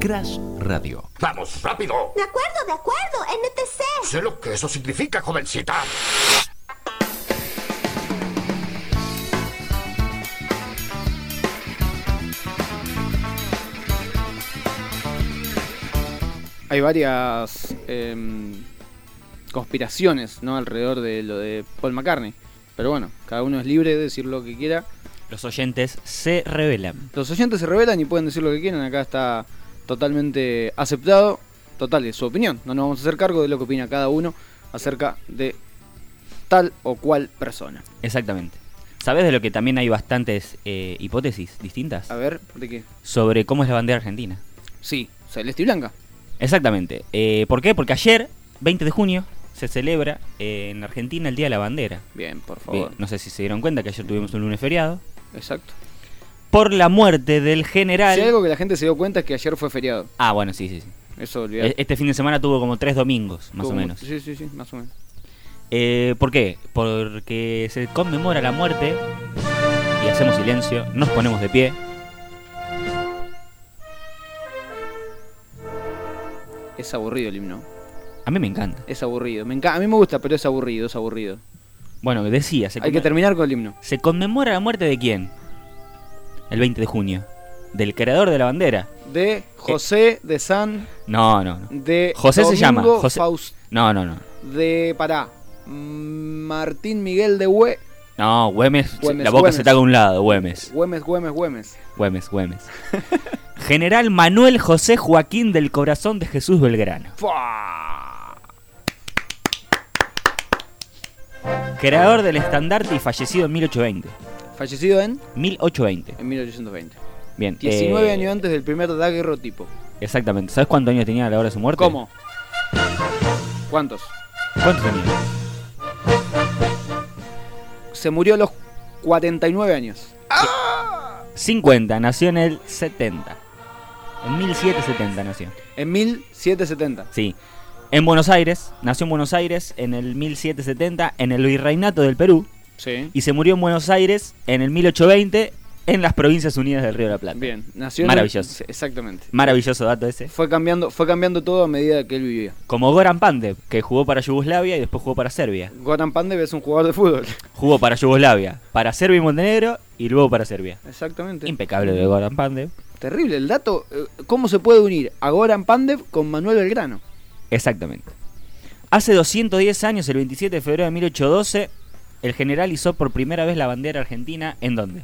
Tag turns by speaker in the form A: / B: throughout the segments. A: Crash Radio.
B: ¡Vamos, rápido!
C: De acuerdo, de acuerdo, E NTC.
B: Sé lo que eso significa, jovencita.
D: Hay varias em, conspiraciones ¿no? alrededor de lo de Paul McCartney. Pero bueno, cada uno es libre de decir lo que quiera.
E: Los oyentes se revelan.
D: Los oyentes se revelan y pueden decir lo que quieran. Acá está totalmente aceptado. Total, es su opinión. No nos vamos a hacer cargo de lo que opina cada uno acerca de tal o cual persona.
E: Exactamente. ¿Sabes de lo que también hay bastantes eh, hipótesis distintas?
D: A ver, ¿de qué?
E: Sobre cómo es la bandera argentina.
D: Sí, celeste y blanca.
E: Exactamente. Eh, ¿Por qué? Porque ayer, 20 de junio, se celebra eh, en Argentina el Día de la Bandera.
D: Bien, por favor.
E: Bien, no sé si se dieron cuenta que ayer tuvimos un lunes feriado.
D: Exacto.
E: Por la muerte del
D: Si hay
E: general...
D: algo que la gente se dio cuenta es que ayer fue feriado.
E: Ah, bueno, sí, sí, sí.
D: Eso
E: E-
D: olvidate.
E: Este fin de semana tuvo como tres domingos, más o
D: Como-
E: menos.
D: Sí, sí, sí, más o menos.
E: Eh, ¿Por qué? Porque se conmemora la muerte y hacemos silencio, nos ponemos de pie.
D: Es aburrido el himno.
E: A mí me encanta.
D: Es aburrido. Me enca- a mí me gusta, pero es aburrido, es aburrido.
E: Bueno, decía, se,
D: Hay que
E: conme-
D: terminar con el himno.
E: se conmemora la muerte de quién? El 20 de junio. ¿Del creador de la bandera?
D: De José de San
E: No, no, no.
D: de
E: José se llama,
D: Domingo
E: José-
D: Faust
E: No, no, no.
D: de Pará. Mm, Martín Miguel de Hue,
E: No, Güemes,
D: Güemes,
E: la boca
D: Güemes.
E: se taca a un lado, Güemes.
D: Güemes, Güemes, Güemes.
E: Güemes, Güemes. General Manuel José Joaquín del Corazón de Jesús Belgrano.
D: ¡Fua!
E: Creador del estandarte y fallecido en 1820.
D: Fallecido en
E: 1820.
D: en 1820.
E: Bien.
D: 19
E: eh,
D: años antes del primer daguerrotipo.
E: Exactamente. ¿Sabes cuántos años tenía a la hora de su muerte?
D: ¿Cómo? ¿Cuántos?
E: ¿Cuántos tenía?
D: Se murió a los 49 años.
E: 50. Nació en el 70. En 1770 nació.
D: En 1770.
E: Sí. En Buenos Aires. Nació en Buenos Aires en el 1770 en el virreinato del Perú.
D: Sí.
E: Y se murió en Buenos Aires en el 1820 en las Provincias Unidas del Río de la Plata.
D: Bien, nació en-
E: Maravilloso.
D: Sí, Exactamente.
E: Maravilloso dato ese.
D: Fue cambiando, fue cambiando todo a medida que él vivía.
E: Como Goran Pandev, que jugó para Yugoslavia y después jugó para Serbia.
D: Goran Pandev es un jugador de fútbol.
E: Jugó para Yugoslavia, para Serbia y Montenegro y luego para Serbia.
D: Exactamente.
E: Impecable de Goran Pandev.
D: Terrible el dato. eh, ¿Cómo se puede unir a Goran Pandev con Manuel Belgrano?
E: Exactamente. Hace 210 años, el 27 de febrero de 1812, el general izó por primera vez la bandera argentina. ¿En dónde?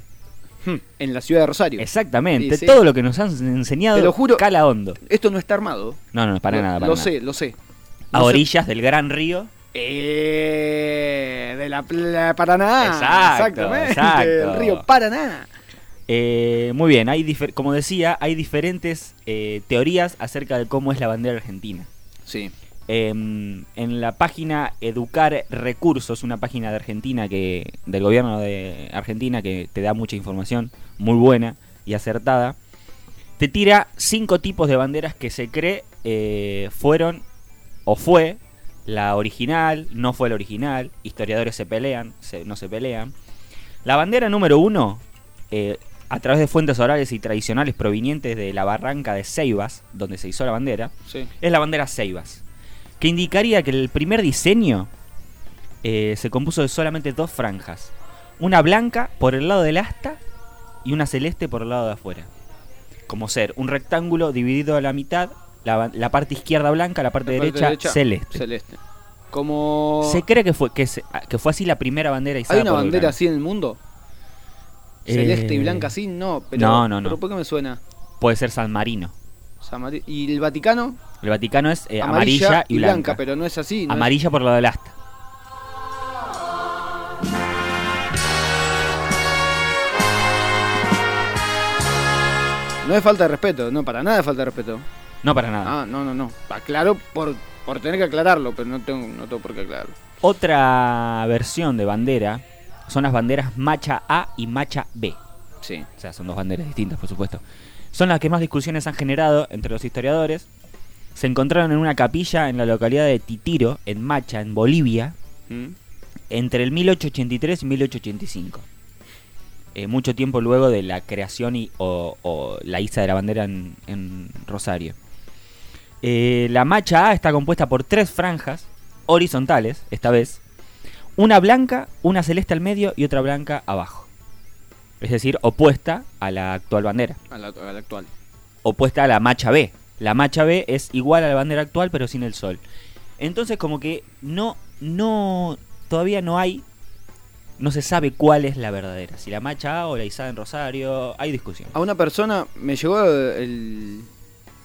D: Hmm, En la ciudad de Rosario.
E: Exactamente.
D: Sí, sí.
E: Todo lo que nos han enseñado
D: Te lo juro.
E: cala hondo.
D: Esto no está armado.
E: No, no, no, para
D: lo,
E: nada. Para
D: Lo
E: nada.
D: sé, lo sé.
E: A
D: No sé-
E: orillas del gran río.
D: Eh, de la, pla- Paraná.
E: Exacto,
D: Exactamente.
E: exacto.
D: El río Paraná.
E: Eh, muy bien, hay difer- como decía, hay diferentes eh, teorías acerca de cómo es la bandera argentina.
D: Sí.
E: Eh, en la página Educar Recursos, una página de Argentina que del gobierno de Argentina que te da mucha información muy buena y acertada, te tira cinco tipos de banderas que se cree eh, fueron o fue la original, no fue la original, historiadores se pelean, se- no se pelean. La bandera número uno, eh, a través de fuentes orales y tradicionales provenientes de la barranca de Ceibas, donde se hizo la bandera,
D: Sí.
E: es la bandera Ceibas, que indicaría que el primer diseño eh, se compuso de solamente dos franjas, una blanca por el lado del asta y una celeste por el lado de afuera, como ser un rectángulo dividido a la mitad, la, ba- la parte izquierda blanca, la parte,
D: La parte
E: derecha,
D: derecha,
E: celeste.
D: Celeste. Como.
E: Se cree que fue que, se- ah, que fue así la primera bandera izada
D: ¿Hay una
E: por el
D: bandera
E: Gran.
D: así en el mundo?
E: Eh,
D: Celeste y blanca así, no. Pero,
E: no, no, no.
D: ¿Pero por qué me suena?
E: Puede ser San Marino.
D: San Mari- ¿Y el Vaticano?
E: El Vaticano es eh, amarilla, y blanca.
D: pero no es así. no es-
E: Amarilla por el lado del asta.
D: No es falta de respeto, no, para nada es falta de respeto.
E: No para nada.
D: Ah, no, no, no. Aclaro por, por tener que aclararlo, pero no tengo, no tengo por qué aclararlo.
E: Otra versión de bandera son las banderas Macha A y Macha B.
D: Sí.
E: O sea, son dos banderas distintas, por supuesto. Son las que más discusiones han generado entre los historiadores. Se encontraron en una capilla en la localidad de Titiro, en Macha, en Bolivia,
D: Mm.
E: entre el 1883 y 1885. eh, mucho tiempo luego de la creación y, o, o la iza de la bandera en, en Rosario. Eh, la macha A está compuesta por tres franjas horizontales, esta vez. Una blanca, una celeste al medio y otra blanca abajo. Es decir, opuesta a la actual bandera.
D: A la, a la actual.
E: Opuesta a la macha B. La macha B es igual a la bandera actual pero sin el sol. Entonces como que no, no, todavía no hay, no se sabe cuál es la verdadera. Si la macha A o la izada en Rosario, hay discusión.
D: A una persona, me llegó el,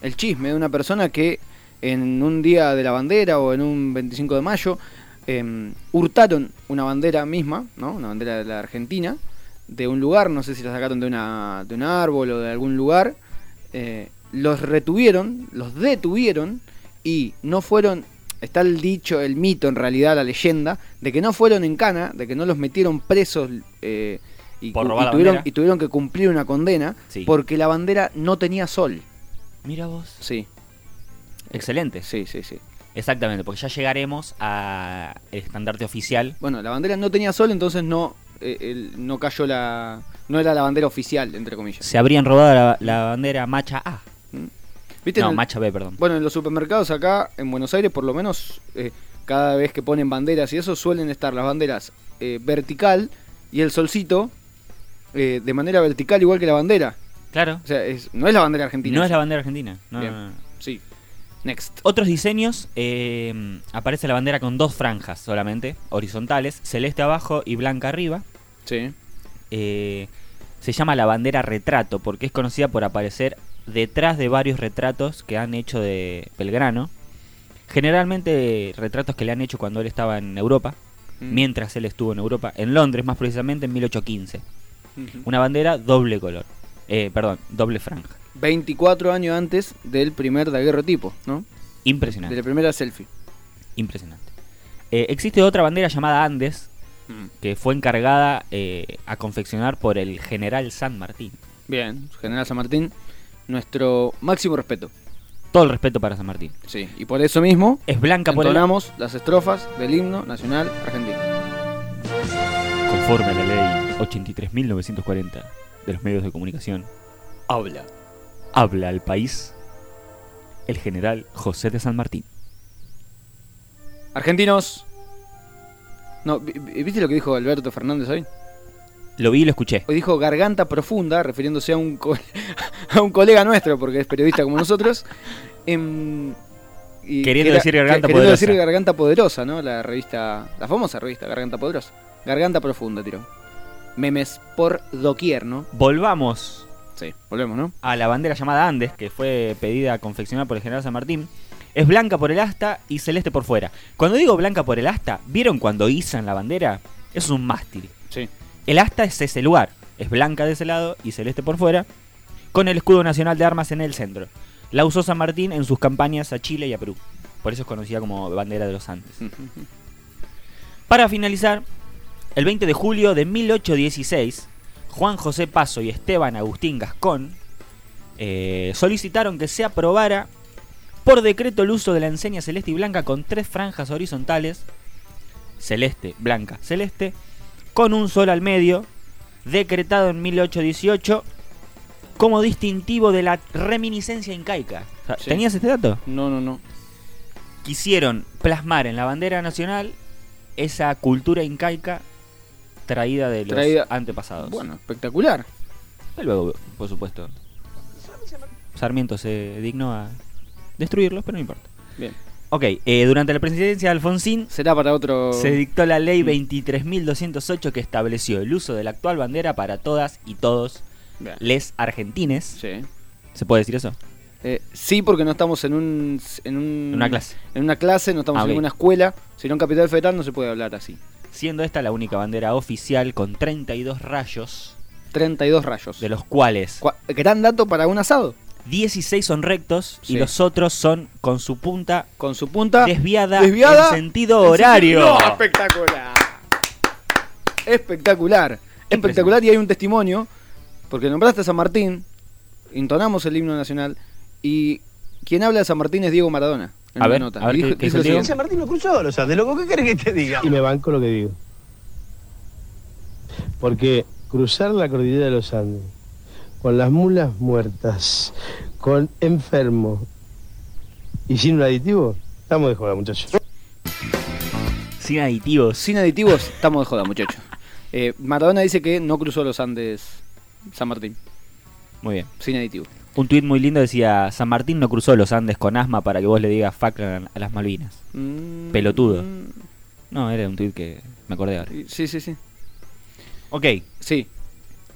D: el chisme de una persona que en un día de la bandera o en un 25 de mayo em, hurtaron una bandera misma, ¿no? Una bandera de la Argentina, de un lugar, no sé si la sacaron de, una, de un árbol o de algún lugar. eh, los retuvieron, los detuvieron y no fueron. Está el dicho, el mito en realidad, la leyenda, de que no fueron en cana, de que no los metieron presos eh, y,
E: Por
D: cu-
E: robar
D: y
E: la
D: tuvieron,
E: bandera.
D: y tuvieron que cumplir una condena
E: Sí.
D: porque la bandera no tenía sol.
E: Mira vos.
D: Sí,
E: Excelente.
D: sí, sí, sí.
E: Exactamente, porque ya llegaremos al estandarte oficial.
D: Bueno, la bandera no tenía sol, entonces no, eh, el- no cayó la. No era la bandera oficial, entre comillas.
E: Se habrían robado la, la bandera macha A.
D: ¿Viste?
E: no,
D: En el-
E: macha B, perdón.
D: Bueno, en los supermercados acá en Buenos Aires, por lo menos, eh, cada vez que ponen banderas y eso, suelen estar las banderas eh, vertical y el solcito eh, de manera vertical, igual que la bandera.
E: Claro.
D: O sea, es- no es la bandera argentina.
E: No es la bandera argentina. no,
D: Bien.
E: no, no.
D: Sí. Next.
E: Otros diseños, eh, aparece la bandera con dos franjas solamente, horizontales, celeste abajo y blanca arriba.
D: Sí.
E: Eh, se llama la bandera retrato porque es conocida por aparecer detrás de varios retratos que han hecho de Belgrano. Generalmente retratos que le han hecho cuando él estaba en Europa,
D: Mm.
E: mientras él estuvo en Europa, en Londres más precisamente en 1815.
D: Ujú.
E: Una bandera doble color, eh, perdón, doble franja.
D: 24 años antes del primer daguerrotipo, ¿no? De
E: Impresionante,
D: la primera selfie.
E: impresionante. Eh, existe otra bandera llamada Andes que fue encargada eh, a confeccionar por el general San Martín.
D: Bien, General San Martín, nuestro máximo respeto.
E: Todo el respeto para San Martín.
D: Sí, y por eso mismo
E: Es blanca por el
D: entonamos las estrofas del himno nacional argentino.
E: Conforme a la ley 83.940 de los medios de comunicación, habla, habla al país el general José de San Martín.
D: Argentinos. No, vi- vi- ¿viste lo que dijo Alberto Fernández hoy?
E: Lo vi y lo escuché.
D: Hoy dijo garganta profunda, refiriéndose a un, co- a un colega nuestro, porque es periodista como nosotros. em, y
E: Queriendo
D: que
E: decir Garganta
D: que- queriendo
E: Poderosa.
D: decir Garganta Poderosa, ¿no? La revista, la famosa revista Garganta Poderosa. Garganta profunda, tiró. Memes por doquier, ¿no?
E: Volvamos
D: Sí, volvemos, ¿no?
E: a la bandera llamada Andes, que fue pedida a confeccionar por el general San Martín, es blanca por el asta y celeste por fuera. Cuando digo blanca por el asta, ¿vieron cuando izan la bandera? Es un mástil.
D: Sí.
E: El asta es ese lugar, es blanca de ese lado y celeste por fuera, con el escudo nacional de armas en el centro. La usó San Martín en sus campañas a Chile y a Perú. Por eso es conocida como bandera de los Andes. Para finalizar, el 20 de julio de 1816, Juan José Paso y Esteban Agustín Gascón eh, solicitaron que se aprobara por decreto el uso de la enseña celeste y blanca con tres franjas horizontales, celeste, blanca, celeste, con un sol al medio, decretado en 1818 como distintivo de la reminiscencia incaica. O sea,
D: Sí.
E: ¿Tenías este dato?
D: No, no, no.
E: quisieron plasmar en la bandera nacional esa cultura incaica traída de los
D: Traída-
E: antepasados.
D: Bueno, espectacular.
E: Y luego, por supuesto, Sarmiento se dignó a destruirlos, pero no importa.
D: Bien.
E: Ok, eh, durante la presidencia de Alfonsín
D: Será para otro.
E: se dictó la ley 23.208 que estableció el uso de la actual bandera para todas y todos
D: Bien.
E: les argentines.
D: Sí.
E: ¿Se puede decir eso?
D: Eh, sí, porque no estamos en un, en un-
E: En una clase.
D: En una clase, no estamos
E: Ah,
D: en
E: ok.
D: ninguna escuela. Sino en Capital Federal no se puede hablar así.
E: Siendo esta la única bandera oficial con 32 rayos,
D: 32 rayos.
E: de los cuales
D: Cua- Gran dato para un asado.
E: 16 son rectos
D: Sí.
E: y los otros son con su punta
D: Con su punta
E: desviada,
D: desviada
E: en sentido horario.
D: No, espectacular. Espectacular. Espectacular y hay un testimonio. Porque nombraste a San Martín, intonamos el himno nacional y quien habla de San Martín es Diego Maradona. en
E: A
D: la
E: ver,
D: nota.
E: a ver
D: Y
E: qué-
D: dijo-
E: qué
D: dijo
E: hizo
D: lo
E: Diego.
D: siguiente.
A: San Martín no cruzó los Andes, loco, ¿qué querés que te diga?
F: y me banco lo que digo. Porque
A: cruzar la cordillera de los Andes, con las mulas muertas, con enfermos y sin un aditivo, estamos de joda, muchachos.
E: Sin aditivos.
D: Sin aditivos, estamos de joda, muchachos. Eh, Maradona dice que no cruzó los Andes San Martín,
E: Muy bien.
D: sin aditivos.
E: Un tuit muy lindo decía, San Martín no cruzó los Andes con asma para que vos le digas Falkland a las Malvinas.
D: Mm,
E: Pelotudo.
D: mm,
E: No, era un tuit que me acordé ahora.
D: Sí, sí, sí.
E: Ok,
D: Sí.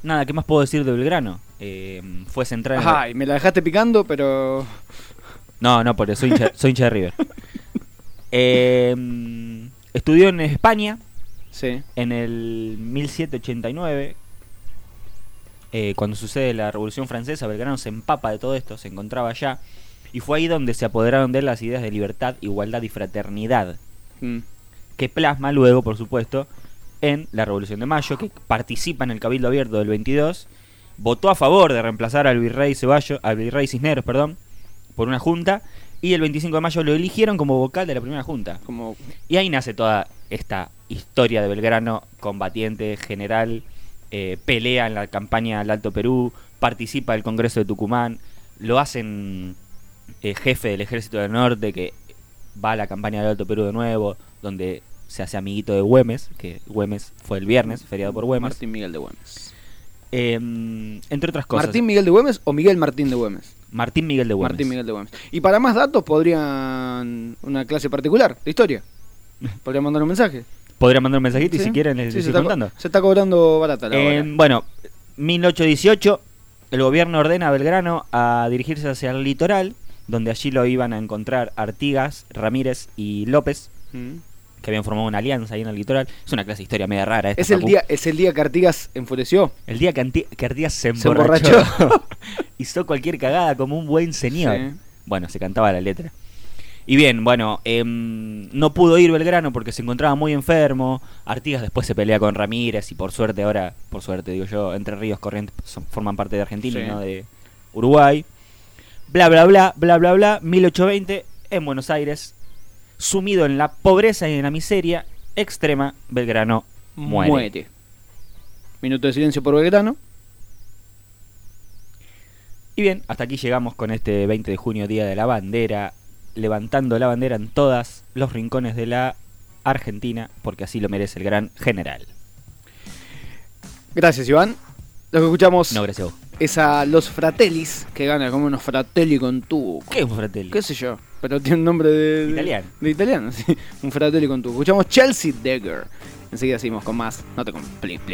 E: nada, ¿qué más puedo decir de Belgrano? Eh, fue central... en-
D: Ajá, y me la dejaste picando, pero.
E: No, no, porque soy hincha, soy hincha de River. Eh, estudió en España
D: Sí.
E: en el 1789. eh, cuando sucede la Revolución Francesa, Belgrano se empapa de todo esto, se encontraba allá. Y fue ahí donde se apoderaron de él las ideas de libertad, igualdad y fraternidad.
D: Mm.
E: que plasma luego, por supuesto, en la Revolución de Mayo, que participa en el Cabildo Abierto del 22, votó a favor de reemplazar al virrey Ceballos, al virrey Cisneros, perdón, por una junta, y el 25 de mayo lo eligieron como vocal de la primera junta.
D: Como.
E: Y ahí nace toda esta historia de Belgrano, combatiente, general, eh, pelea en la campaña al Alto Perú, participa del Congreso de Tucumán, lo hacen eh, jefe del Ejército del Norte, que va a la campaña del Alto Perú de nuevo, donde se hace amiguito de Güemes, que Güemes fue el viernes, feriado por Güemes.
D: Martín Miguel de Güemes.
E: Eh, entre otras cosas.
D: ¿Martín Miguel de Güemes o Miguel Martín de Güemes?
E: Martín Miguel de Güemes.
D: Martín Miguel de Güemes. Y para más datos podrían una clase particular de historia. Podrían mandar un mensaje.
E: Podría mandar un mensajito y
D: Sí.
E: si quieren les
D: Sí, se,
E: estoy
D: está co-
E: contando.
D: se está cobrando barata la hora.
E: En- Em, bueno, 1818, el gobierno ordena a Belgrano a dirigirse hacia el litoral, donde allí lo iban a encontrar Artigas, Ramírez y López,
D: Mm.
E: que habían formado una alianza ahí en el litoral. Es una clase de historia media rara. esta,
D: Es el
E: Facu.
D: día, es el día que Artigas enfureció.
E: El día que, Anti- que Artigas se
D: Se
E: emborrachó.
D: emborrachó.
E: Hizo cualquier cagada como un buen señor.
D: Sí.
E: Bueno, se cantaba la letra. Y bien, bueno, em, no pudo ir Belgrano porque se encontraba muy enfermo. Artigas después se pelea con Ramírez y por suerte ahora, por suerte digo yo, Entre Ríos Corrientes son- forman parte de Argentina y
D: Sí.
E: no de Uruguay. Bla, bla, bla, bla, bla, bla. 1820 en Buenos Aires, sumido en la pobreza y en la miseria extrema, Belgrano muere.
D: Minuto de silencio por Belgrano.
E: Y bien, hasta aquí llegamos con este 20 de junio, Día de la Bandera, levantando la bandera en todos los rincones de la Argentina, porque así lo merece el gran general.
D: Gracias, Iván. Lo que escuchamos
E: No, gracias a vos.
D: es a los Fratellis, que gana como unos Fratelli con tubo.
E: ¿Qué es un fratelli?
D: ¿Qué sé yo? Pero tiene un nombre de... de-
E: Italiano.
D: De italiano, sí. Un Fratelli con tubo. Escuchamos Chelsea Dagger. Enseguida seguimos con más. No te compliques.